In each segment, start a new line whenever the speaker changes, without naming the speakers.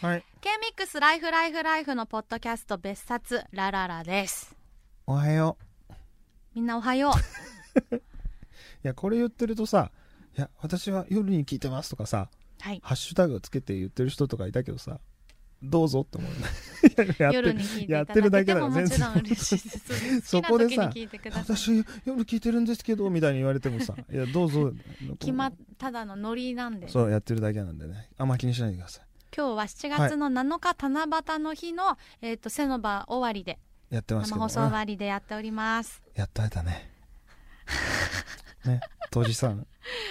はい。
K-MIX ライフライフライフのポッドキャスト別冊ラララです
おはよう。
みんなおはよう
いや、これ言ってるとさ、いや、私は夜に聞いてますとかさ、
はい
ハッシュタグつけて言ってる人とかいたけどさ、どうぞって思うよね。い ややって
夜に聞いてい
や
た
ってる
だ
だ
け
け
て
だ
も
よ、
も
全
ちろん
然。
嬉しいです
そこでさ
好きな時に聞いてください
私、夜聞いてるんですけど、みたいに言われてもさ、いや、どうぞ。
決まっただのノリなんで今
そう、やってるだけなんでね。あんま気にしないでくださ
日は7月の7日七夕の日の、えっ、とセノバ終わりで
い。やってますけ
生
ど。
放送
うん
終わりでやっております、
やっと会えたね。ね、当時さん。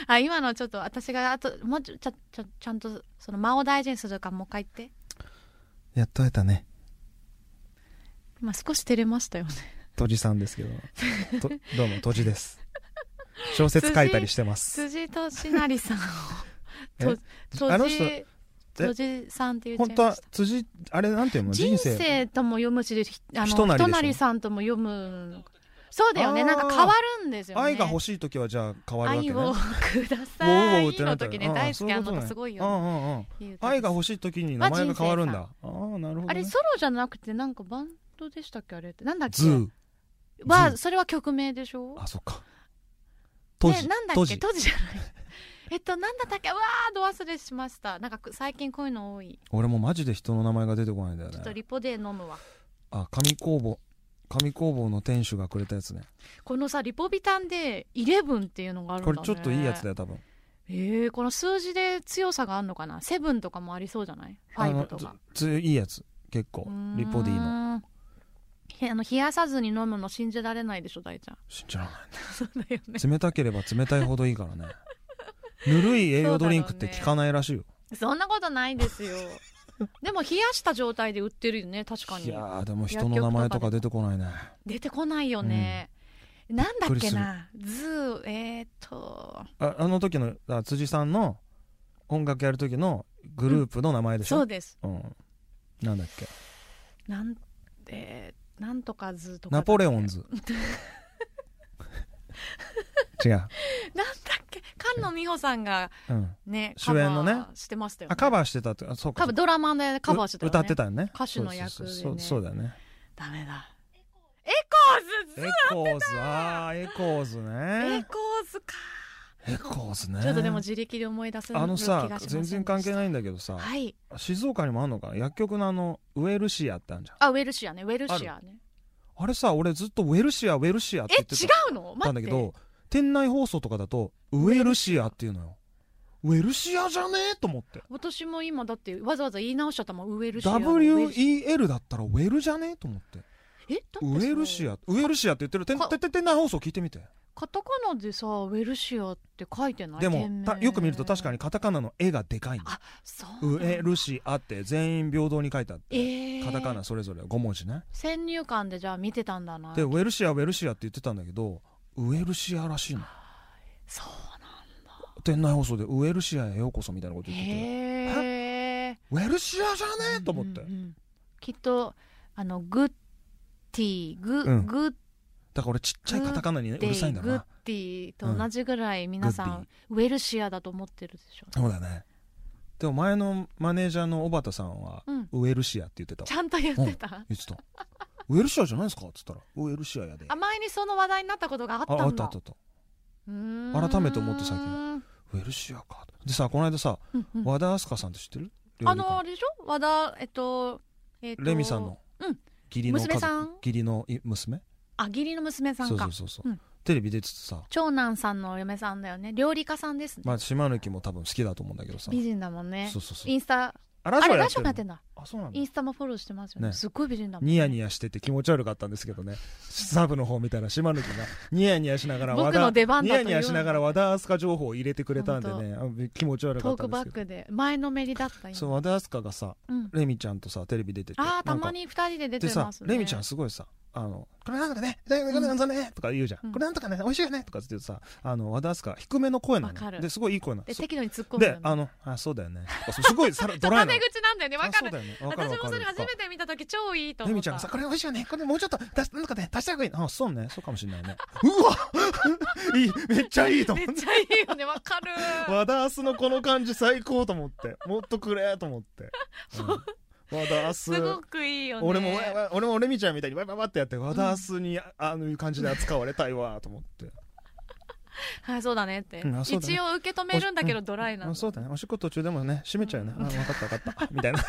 あ今のちょっと私があともうちょちょちょちゃんとその間を大事にするからもう一回言って
やっと会えたね。
今少し照れました よね
とじさんですけど。とどうも、とじです。小説書いたりしてます。
辻としなりさんを
え
と
あ
と
の人
じとじさんって言っ
本
ちゃい
当
ま
は
した、
辻、あれなんていうの
人
人
生
生。
とも読むしひあの
人なりでしょ
人なりさんとも読むのそうだよね
あー
なんか変わるんですよね
愛が欲しい時はじゃあ変わるわけ
愛
ね。
をく
ウ
だ
ォウ
さ
ウォウ
い
ってな
の
った
時
り
ね大好きあの
あ
歌
あ
す
そう
ご
い
いう
ことねう
よ、
んうんうん。
ねいう歌
愛が欲しい時に名前が変わるんだ。ああー、なるほど、ね。
あれソロじゃなくてなんかバンドでしたっけあれってなんだっけ
ズー。ズ
は
ー
それは曲名でしょ
あ、そっか。当
ね
時。
なんだ
当
っけ
時。
当時じゃない えっとなんだったっけうわーど忘れしましたなんかく最近こういうの多い
俺もマジで人の名前が出てこないんだよ
ちょっと
ね。
リポで飲むわ
あ、紙工房。紙工房の店主がくれたやつね。
このさリポビタンでイレブンっていうのがあるんだ、
こ
ね、
れちょっといいやつだよ、多分。
えー、この数字で強さがあるのかなセブンとかもありそうじゃないファイブとか
ついいやつ結構リポディの
のあの冷やさずに飲むの信じられないでしょ大ちゃん
信じられな
そうだよね
い冷たければ冷たいほどいいからねぬるい栄養ドリンクって効かないらしいよ、
そんなことないですよでも冷やした状態で売ってるよね確か
い
に
やーでも人の名前とか出てこないね
出てこないよね、なんだっけなズーえー、っと
ああの時のあ辻さんの音楽やる時のグループの名前でし
そ
ょ
う、です
うんなんだっけ
なんえーなんとかズーとか
ナポレオンズ違う、
なんだっけ菅野美穂さんが
うん、
ね
主演のね
カバーしてましたよ、ね、
あカバーしてたってあそう
カ
か
バードラマでカバーしてたよ、
歌
ね、
ってたよね
歌手の役で
そう
ね
そうそうそうだよね
ダメだエコーズ
エコーズあーエコーズね
エコーズか、
エコーズね
ちょっとでも自力で思い出せる
あの
気
さ
がしません
全
でした
然関係ないんだけどさ、
はい
静岡にもあんのかな薬局のあのウェルシアってあるじゃん
あウェルシアねウェルシアね
あれさ俺ずっとウェルシアウェルシアって
え
言って
違
た
うの
た
待
ん
っ
だ
て
けど店内放送とかだとウェルシアっていうのよウェルシアじゃねえと思って
私も今だってわざわざ言い直しちゃったもんウェルシア
WEL だったらウェルじゃねえと思って
えだって
ウェルシ
ア
アウェルシアって言ってる店
か
店店内放送聞いてみて
カタカナでさウェルシアって書いてない
でも
店名
たよく見ると確かにカタカナの絵がでかいんだよ
あそう
ウ
なんだ
ェルシアって全員平等に書いてあっ
え
て
ー
カタカナそれぞれ5文字ね
先入観でじゃあ見てたんだな
でウェルシアウェルシアって言ってたんだけどウェルシアらしいの
そう
店内放送でウェルシアへようこそみたいなこと言ってて
へえ
ウェルシアじゃねえと思って、
うんうんきっとあのグッティグ、
うん
グッ
だから俺ちっちゃいカタカナにねう
テ
るさいん
ィ
だ
グッ
な
ティと同じぐらい皆さ
グッ
ん、ウェルシアだと思ってるでしょ
そうだねでも前のマネージャーの小畑さんは、
うん
ウェルシアって言ってたわ
ちゃんと言ってた、
言ってたウェルシアじゃないですかっつったらウェルシアやで
あ前にその話題になったことがあったんだ
あったあったあった
うーん
改めて思って最近
うん
ウェルシアかでさこの間さ、
うん
和田明日香さんって知ってる料
あ
理家
のあれでしょ和田えっとえっと
レミさんの、
うん
義理の家族
娘さん
義理のい娘
あ義理の娘さん
そう
か
そうそうそう、
うん
テレビ出ててさ、
長男さんのお嫁さんだよね料理家さんですね、
まあ、島抜きも多分好きだと思うんだけどさ
美人だもんね
そうそうそう
インスタ
あ
あ
ラ
れラジオもやって
る
んだ
あそうなんだ
インスタもフォローしてますよね
ね
すっごい美人だもん
ニヤニヤしてて気持ち悪かったんですけどねサブの方見たら島抜きがニヤニヤしながら和
僕の出
田
番
ニ
だ
ヤ
という
ニヤしながら和田明日香情報を入れてくれたんでねあ気持ち悪か
ト
ったん
ーク
で
バ
す
ッ
けど
クで前のめりだった
そう
今、
和田明日香がさ
うん、
レミちゃんとさテレビ出てて
ああた
なんか
まに二人で出て
でさ
ますね
レミちゃんすごいさあのこれなんとかね、これなんとかね、とか言うじゃ
うん
ん。これなんとかね、美味しいよね、とかって言うとさ、あの、和田明日香、低めの声な
わか
の。
る
で、すごいいい声なの
で
そ
適度に突っ込む
う。で、
の
あの、あ、そうだよね。すごいさら、ドライな
タメ
の。
口なんだよねわ
あ
か
そう
る
だよね。ね。わかる
私
わか
も
る
それ初めて見た時超いいと
ね
思っ
み
た
ちゃんさこれ美味しいよねこれもうちょっと足しなんとかね足した方がいいあそうねそうかもしれ ないねうわいいめっちゃいいと思
め
っ
ってちゃいいよねわかる
和田明日のこの感じ最高と思ってもっとくれと思って、うん、和田明
す
日
ごくいいよね
俺もわわ俺も俺みちゃんみたいにわわわってやって和田明日にああのいう感じで扱われたいわと思って
はいそうだねって、
うんあそうだね
一応受け止めるんだけどドライな
あ
のそ
そうだねお仕事中でもね閉めちゃうよね、あ分かった分かったみ たいな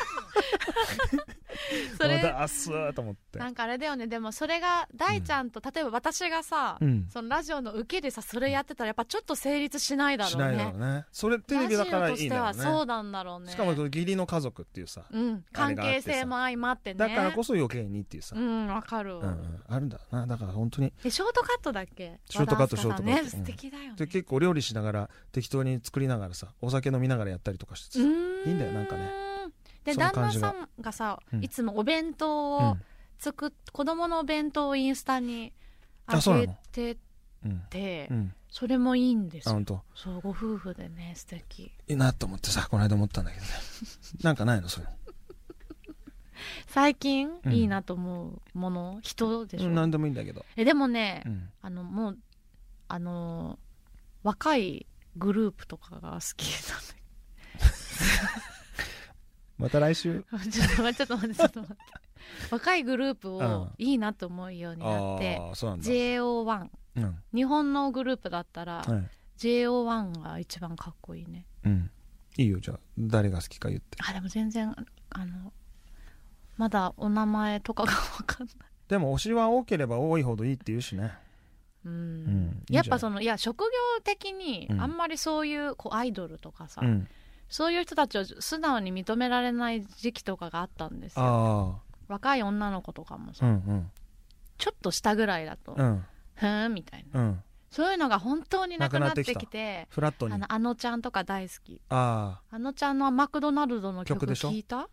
和
れ
田明日と思って
なんかあれだよねでもそれが大ちゃんと、例えば私がさ、
うん
そのラジオの受けでさそれやってたらやっぱちょっと成立しないだ
し
ろう
ない
ね
だろうねそれテレビだからいいんだろ
ラ
う
ジオとしては
ね
そうなんだろうね
しかもその義理の家族っていうさ
うん関係性も相まってね
だからこそ余計にっていうさ、
うんわかる、
うんうんあるんだなだから本当に
えショートカットだっけ
ショートカット
和田明日香さ
ショートカット
んね素敵だよね、
で結構料理しながら適当に作りながらさお酒飲みながらやったりとかしてさ、
い
いいんだよなんかね
で
その
旦
感
那
じが
さんがさ、
うん
いつもお弁当
うん
を作っ、子供のお弁当をインスタに
あそうな
上
の
げて
うん
て
う
そ,、
ん、
れもいいんです
あ
よ
本当
そうご夫婦でね素敵
いいなと思ってさこの間思ったんだけどね なんかないのそういう
最近、
うん
いいなと思うもの人でしょ、
のうん何でもいいんだけど、
えでもね、
うん、
あのもうあの若いグループとかが好き
また来週
なんで ちょっと待ってちょっと待ってちょっと待って若いグループ
うん
をいいなと思うようになって、
ああそうなんだ、
JO1
うん
日本のグループだった
は
ら、
い
JO1 が一番かっこいいね
うん、いいよじゃあ誰が好きか言って
あでも全然あのまだお名前とかが分かんない
でも推しは多ければ多いほどいいって言うしね
うん、
ん
やっぱそのいや職業的に
うん
あんまりそういうこうアイドルとかさ、
うん
そういう人たちを素直に認められない時期とかがあったんですよ
あ
若い女の子とかも
あう
さ、
ん
ちょっと下ぐらいだと、
うんうん
ふーんみたいな
うん
そういうのが本当になくなってきて
なくなってきフラットに
あ
あ
のあのちゃんとか大好き
あ
あのちゃんのマクドナルドの曲
曲でしょ
聞いた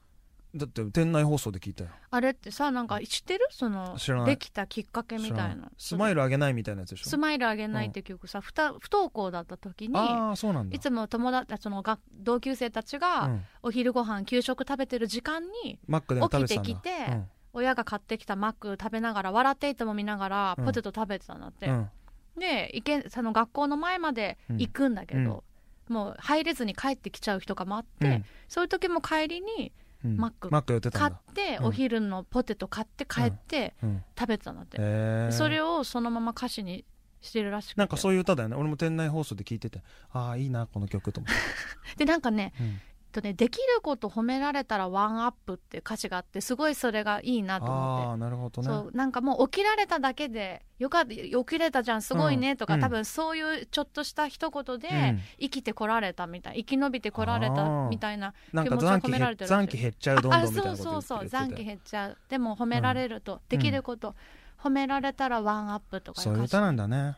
だって店内放送で聞いたよ
あれってさなんか知ってるその
知らない
できたきっかけみたい
知ら
な
スマイ
ル
ルあげないみたいなやつでしょ
スマイルあげないって曲さ、ふた不登校だった時に
ああそうなんだ
いつも友達その学同級生たち
う
が
ん、
お昼ご飯給食食べてる時間に
マックでも食べてたんだ
起きてきて
うん
親が買ってきたマック食べながら「笑っていても」見ながら
うん
ポテト食べてたんだって、
うん
で行けその学校の前まで行くんだけど、もう入れずに帰ってきちゃう日とかもあって、
うん
そういう時も帰りに
うん
マック
マック寄ってた
買
ん
っ
だ
て、
うん
お昼のポテト買って帰って
うん
食べてたんだって、
へえ
それをそのまま歌詞にしてるらしくて
なんかそういう歌だよね俺も店内放送で聞いててああいいなこの曲と思っ
でなんかね,、
て、 うん
えっと、ね「できること褒められたらワンアップ」っていう歌詞があってすごいそれがいいなと
あ
思っ
あなるほど
て、
ね
そうなんかもう起きられただけで「よかった起きれたじゃんすごいね」とか、
うん
多分そういうちょっとした一言で、
うん
生きてこられたみたい生き延びてこられ
あ
た
ー
みたいな
なんか
気持ちを
残
込
機
められ
減
てる
残機減っちゃうどん
あ
どんみたい
そ
な
う
こと
そ
言
う
って言
そう
っ
残
て
機
て
減っちゃうでも褒められると、できること褒められたらワンアップとかい
そういう
歌詞
歌なんだね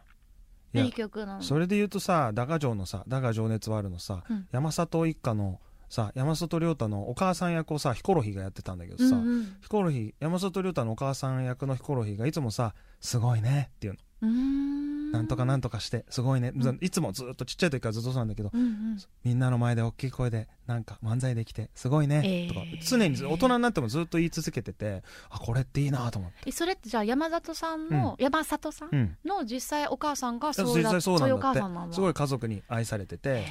いや
いい曲なの
それで言うとさ「だが城のさ「だが情熱はある」のさ、
うん
山里一家のさ山里亮太のお母さん役をさヒコロヒーがやってたんだけど
う
さ、
んうん
ヒコロヒー山里亮太のお母さん役のヒコロヒーがいつもさ「すごいね」っていうの、
うーん
なんとかなんとかして「すごいね」
うん
いつもずっとちっちゃい時からずっとそうなんだけど、
うんうん
みんなの前で大きい声でなんか漫才できて「すごいね」
えー
とか常にず大人になってもずっと言い続けててあこれっていいなと思って、
えそれってじゃあ山里さんの、山里さん
うん、
の実際お母さんがそう
実
だ
際そうな
いうお
んだ
母
って
さんなんだ
すごい家族に愛されてて。
へー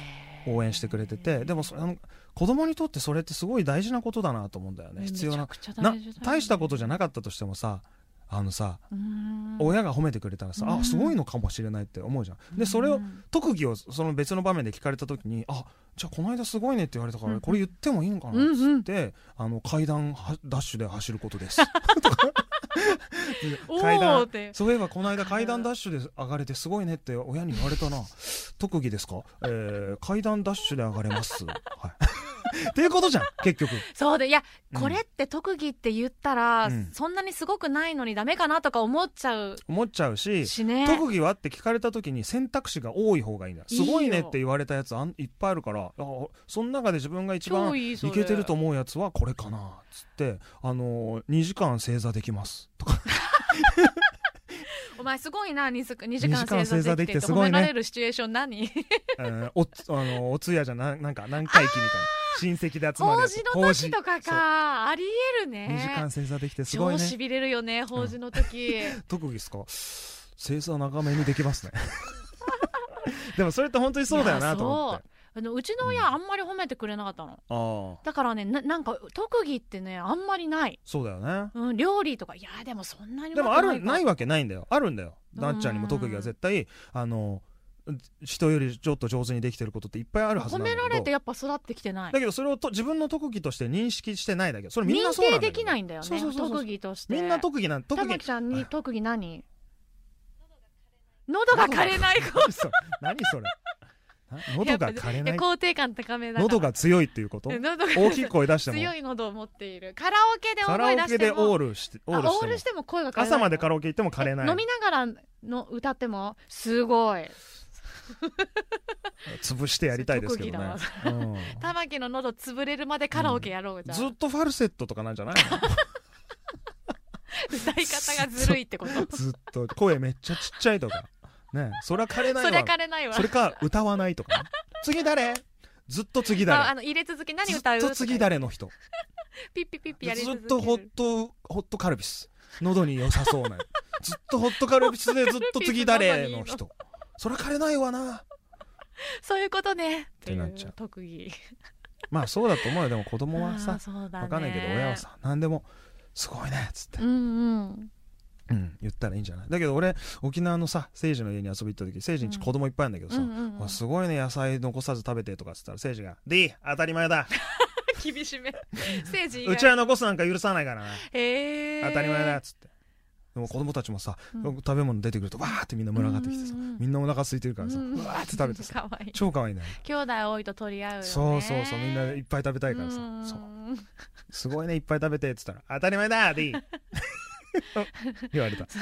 応援してくれててでもそれあの子供にとってそれってすごい大事なことだなと思うんだよね必要
めちゃ
な
くちゃ
な
大事だよね
大したことじゃなかったとしてもさあのさ、
うーん
親が褒めてくれたらさ、
う
あ
ん
すごいのかもしれないって思うじゃんでそれ
う
を
ん
特技をその別の場面で聞かれた時にあじゃあこの間すごいねって言われたから、
うん
これ言ってもいいのかなっ
うんう
つ
ん
って、あの階段はダッシュで走ること ですとか
おー
階段
って
そういえばこの間階段ダッシュで上がれてすごいねって親に言われたな特技ですか、えー、階段ダッシュで上がれます、 はい、っていうことじゃん結局
そうでいや、
うん
これって特技って言ったら、
うん
そんなにすごくないのにダメかなとか思っちゃう
思っちゃうし
しね
特技はって聞かれた時に選択肢が多い方がいいんだよすごいねって言われたやつあんいっぱいあるからあその中で自分が一番
超いいそ
い
れ
けてると思うやつはこれかなっつって、あのー、2時間正座できますとか
お前すごいな2時
時間
間正
正座
座
で
で
きて
きて
す
す
ご
ご
いね
い、褒められるシチュエーション何
うんおつあのお通夜じゃななんか何回忌みたいな親戚で集まる
法
やつ
事の時とか
そう
かありえるね
2時間正座できてすごい
超し
ね
びれるよね法事の時、
特技ですか正座長めにできますね でもそれって本当にそうだよなと思って
あのうちの親あんまり褒めてくれなかったの、
ああ
だからねななんか特技ってねあんまりない、
そうだよね
うん、料理とかいやでもそんなにう
で
まく
もある
から
ないわけないんだよあるんだよなっちゃんにも特技は絶対あの人よりちょっと上手にできてることっていっぱいあるはず
褒
なんだけ
め
ど
られてやっぱ育ってきてない
だけどそれをと自分の特技として認識してないだけそれみんな
認
そうな
定
んだ
で
け
き
ど
ないんだよね
そうそうそうそう
特技として
みんな特技なん特
玉
技
木ちゃんに特技何喉が枯れない
何それ何それ な喉が枯れない
や肯定感高めだから
喉が強いっていうこと
うん喉が
大きい声出しても
強い喉を持っているカラオケで
カラ
思い
オ
出
ケ
し
で
て
オ
も
ールしてオ
あオ
ー
ー
ル
ル
し
してても声が
も
枯れない
朝までカラオケ行っても枯れない
え飲みながらの歌ってもすごい
潰してやりたいですけどね
特、
うん
玉木の喉潰れるまでカラオケやろうじゃん、
ずっとファルセットとかなんじゃないの
歌い方がずるいってこと
ずっと声めっちゃちっちゃいとかねそれは枯れない
そりゃ
わ
枯れないわ
それか歌わないとかね次誰ずっと次
ああ
誰
の入れ続け何
ずっ
歌う
と次
とか
誰の人
ピッピッピッピやり
ず
続
っ
ける
とホットホットカルピス喉に良さそうなずっとホットカルピスでずっと次誰の人そりゃ枯れないわな
そういうことねって
て
い
なっ
う
ちゃう
特技
まあそうだと思うよでも子供は
あ
さ
ーそうだね
わかんないけど親はさ何でもすごいねっつって
う、んうん
うん、言ったらいいんじゃないだけど俺沖縄のさ聖治の家に遊び行った時聖治んち子供いっぱいいるんだけど
う
さ、
んうんう
わ
ん
すごいね野菜残さず食べてとかっつったら聖治が「D 当たり前だ
厳しめ 政治以
うち
外
は残すなんか許さないからな
へー
当たり前だ」っつってでも子供たちもさ、
うん
食べ物出てくるとわーってみんな群がってきてさ、
うんうんうん
みんなお腹空いてるからさ、
うん
うわーって食べてさ
かわいい
超可愛いね
兄弟多いと取り合うよね
そうそうそうみんな
っ
いっぱい食べたいからさ、そうすごいねいっぱい食べてっつったら「当たり前だ D」言われたそ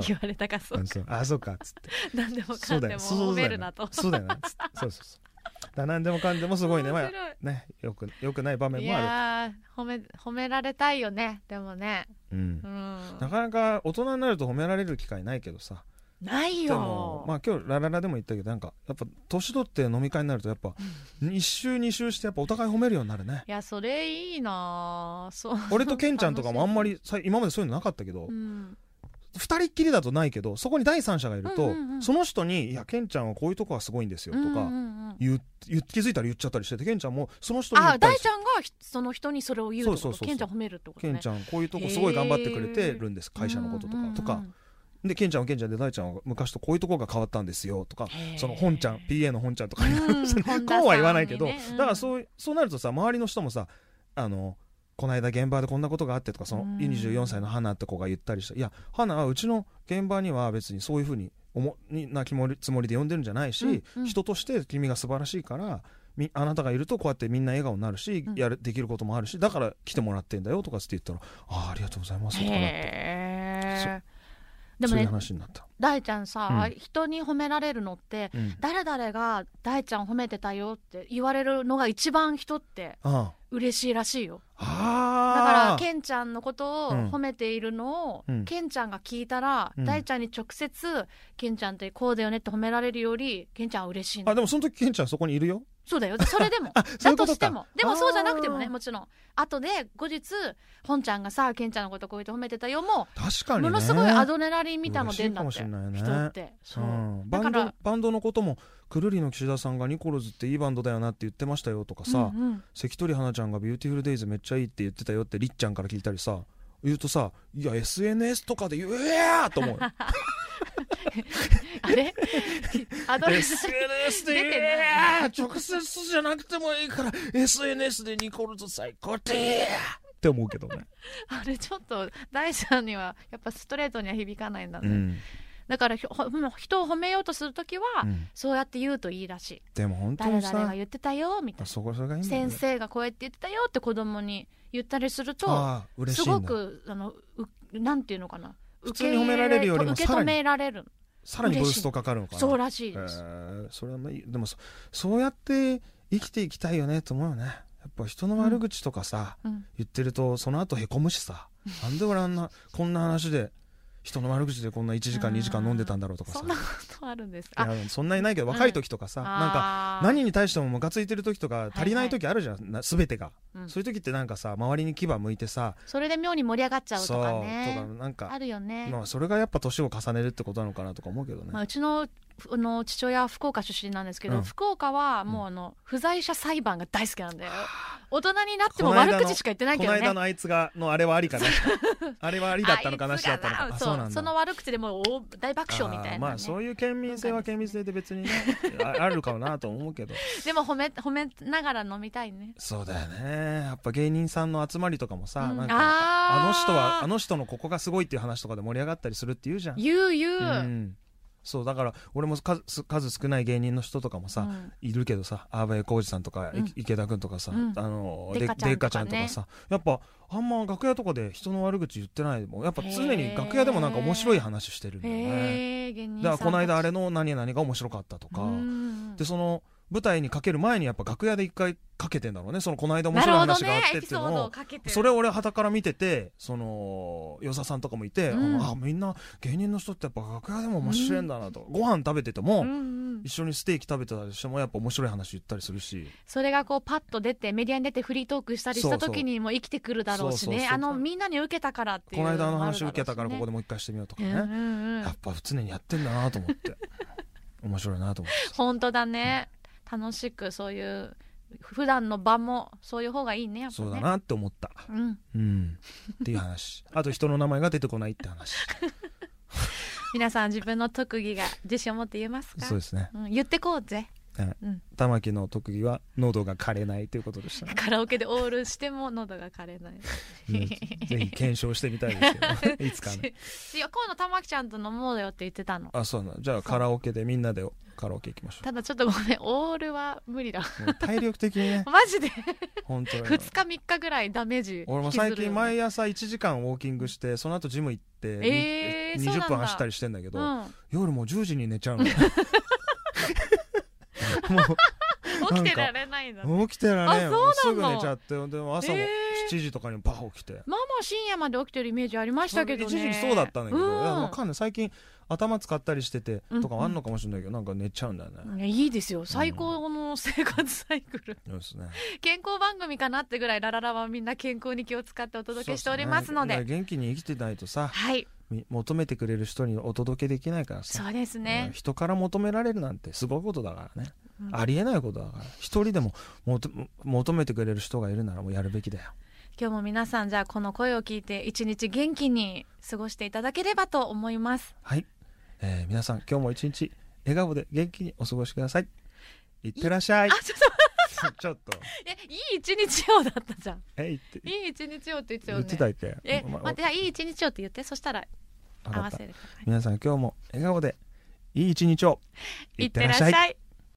う
言われたかそう
うんそうあそうかっつって
何でも
そ
か
うんだ
で
よ
も
そ
褒
うだ
め
よね
るなと
そうだよねつってそうそうそうだから何でもかんでもすごいねま
面
あ
白い
ねよくよくない場面
い
もある
やー褒め褒められたいよねでもね
うん
うん
なかなか大人になると褒められる機会ないけどさ
ない
でも
よ
まあ今日ラララでも言ったけどなんかやっぱ年取って飲み会になるとやっぱ一周二周してやっぱお互い褒めるようになるね
いやそれいいなーそう
俺とケンちゃんとかもあんまりさ今までそういうのなかったけど
うん
二人っきりだとないけどそこに第三者がいる
う
と
んうんうん
その人に「いやケンちゃんはこういうとこがすごいんですよ」と
うんう
か
んうん
言う言う気づいたら言っちゃったりしててケンちゃんもその人に言
あ
ったり
大
して
ちゃんがひその人にそれを言うって
そう
こ
そうそうそう
とケンちゃん褒めるってこと
ケン
ね
ちゃんこういうとこすごい頑張ってくれてるんです会社のこととか、
うんうんうん
とかでケンちゃんはケンちゃんで大ちゃんは昔とこういうとこが変わったんですよとかその本ちゃん PA の本ちゃんとか、
うん
その
本田さんにね
こうは言わないけど、
うん
だからそうそうなるとさ周りの人もさあのこの間現場でこんなことがあってとかその
うん
24歳の花って子が言ったりして、いや花はうちの現場には別にそういうふうに思にな気もりつもりで呼んでるんじゃないし、
うんうん
人として君が素晴らしいからみあなたがいるとこうやってみんな笑顔になるし、
うん
やるできることもあるしだから来てもらってんだよとかって言ったらああありがとうございますとかなって
へえで
そ
も
ういう
ね
話になった、
大ちゃん
う
さ、
ん
人に褒められるのって
うん、
誰々が大ちゃん褒めてたよって言われるのが一番人って
あ
嬉しいらしいよ
ああ
だ
あ
からケンちゃんのことを
うん
褒めているのを、
うん
ケンちゃんが聞いたら、
うん
大ちゃんに直接ケンちゃんってこうだよねって褒められるよりケンちゃんは嬉しいの
あでもその時ケンちゃんそこにいるよ
そうだよそれでも
あそうい
だ
うことと
して
か
もでもそうじゃなくても
あ
ね
ー
もちろん後で後日本ちゃんがさケンちゃんのことこう言って褒めてたよも
確かにね
ものすごいアドレナリンみたいの出るんだっ
嬉しい
て、
かもしれないね
人ってそう、
うんバ
だか
ンド
ら
バンドのこともくるりの岸田さんがニコルズっていいバンドだよなって言ってましたよとかさ、
うんうん
関取花ちゃんがビューティフルデイズめっちゃいいって言ってたよってりっちゃんから聞いたりさ言うとさいや SNS とかで言えやと思う よ
あ れ アドレナリン
SNS で言えや直接じゃなくてもいいから SNS でニコルズ最高って言えやって思うけど ね、
あれちょっと大ちゃんにはやっぱストレートには響かないんだ
う
ね、
ん
だからひょほ人を褒めようとするときは、
うん
そうやって言うといいらしい
でも本当
誰
に
々
さ
が言ってたよみたい
あ
な
そこそれがいいんだよ
先
ね
生がこうやって言ってたよって子供に言ったりすると
ああ嬉しい
す
んだ
ごくあのうなんていうのかな
普通に褒められるよりも
受け
さら
止
に
められる
さらにブーストかかるのかな
そうらしい
え
です、
ーそれはまあいいでもそそうやって生きていきたいよねと思うよねやっぱ人の悪口とかさ、
うん
言ってるとその後へこむしさなんで俺あんなこんな話で人の悪口でこんな1時間2時間飲んでたんだろうとかさ
そんなことあるんです
い
あ
やそんないないけど若い時とかさ、なんか
か
何に対してもムカついてる時とか足りない時あるじゃん、な全てが、
うん
そういう時ってなんかさ周りに牙向いてさ
それで妙に盛り上がっちゃうとかね
そうとかなんか
あるよね、
まあ、それがやっぱ年を重ねるってことなのかなとか思うけどね、
まあ、うちのふあの父親は福岡出身なんですけど、
うん
福岡はもうあの不在者裁判が大好きなんだよ大人になっても
この間
悪
の
口しか言ってない
こ
け
の
どね
間のあいつがのあれはあ りかなあれはありだったのか
あい
な
つ
し
が
だったのかあ
そう
なんだ
その悪口でもう大大爆笑みた
あ
いな、ね
ーまあそういう県民性は県民性で別にねああるかなと思うけど
でも褒め褒めながら飲みたいね
そうだよねやっぱ芸人さんの集まりとかもさ、
うん
なんか
あー
あの人はあの人のここがすごいっていう話とかで盛り上がったりするって言うじゃん
言う言う、
うん、そうだから俺も数数少ない芸人の人とかもさ、
うん
いるけどさ阿部浩二さんとか、い
うん
池田君とかさ、
うん
あの
デ
で
カちゃんとかね
でっかちゃんとかさやっぱあんま楽屋とかで人の悪口言ってないもんやっぱ常に楽屋でもなんか面白い話してるんだよね
へえ芸人
だか
さん
らこの間あれの何々が面白かったとか、
うん
でその舞台にかける前にやっぱ楽屋で一回かけてんだろうねそのこの間面白い話があ
なる
っ
ほどね
て
エ
っ
ピ
てい
ソ
う
ード
の
を
を
かけて
それを俺はから見ててその与謝さんとかもいて、
うん
あみんな芸人の人ってやっぱ楽屋でも面白いんだなと、ご飯食べてても、
うんうん
一緒にステーキ食べてたりしてもやっぱ面白い話言ったりするし
それがこうパッと出てメディアに出てフリートークしたりした時にも生きてくるだろうし
そうそう
ね
そう
あのみんなに受けたからってい
こ
う
の間あの
もあ
話
るだろ
受
うしね
けたからここでもう一回してみようとかね、
うんうんうん
やっぱ常にやってんだなと思って面白いなと思って
本当だね、楽しくそういう普段の場もそういう方がいいねやっぱ
そう
ね
だなって思った、
うん、
うん、っていう話あと人の名前が出てこないって 話
皆さん自分の特技が自信を持って言えますか
そうですね
うん、言ってこうぜ、
はい
うん、
玉木の特技は喉が枯れないということでした、ね
カラオケでオールしても喉が枯れない
うんぜひ検証してみたいですけど いつかね
いや今度玉木ちゃんと飲もうよって言ってたの
あそうなのじゃあカラオケでみんなでカラオケ行きましょ
ただちょっとごめんオールは無理だ
う もう体力的にね
マジで
本当に
2日3日ぐらいダメージ
俺も
引
最
きずる
近
よね
毎朝1時間ウォーキングしてその後ジム行って、に
えーそうなんだ
20分走ったりしてんだけど
うん
夜もう10時に寝ちゃうのも
起きてられないんだ
う起きてられん
あそうなの
すぐ寝ちゃってでも朝も
え
7時とかにバー起きて、
まあまあ深夜まで起きてるイメージありましたけどね
一時期そうだったんだけど、
うん
いやわかんない最近頭使ったりしてて
うん
とかはあんのかもしれないけど、なんか寝ちゃうんだよね、
いやいいですよ最高の生活サイクル、
そうですね
健康番組かなってぐらいラララはみんな健康に気を使ってお届けしておりますので
そうすね元気に生きてないとさ
はい
み求めてくれる人にお届けできないからさ
そうです
うん
ね、
人から求められるなんてすごいことだからね、
うん
ありえないことだから一人でももと求めてくれる人がいるならもうやるべきだよ
今日も皆さんじゃあこの声を聞いて一日元気に過ごしていただければと思います
はい、えー皆さん今日も一日笑顔で元気にお過ごしくださいいってらっしゃい
あちょっと
ちょっと
えいい一日をだったじゃん
えいって
いい一日をって言ってたよ
言っ
ね
てたっけ
え、
ま
待って、あいい一日をって言って、そしたら
わ
合
か
わ
った
せるから。
皆さん今日も笑顔でいい一日を
いってらっしゃい。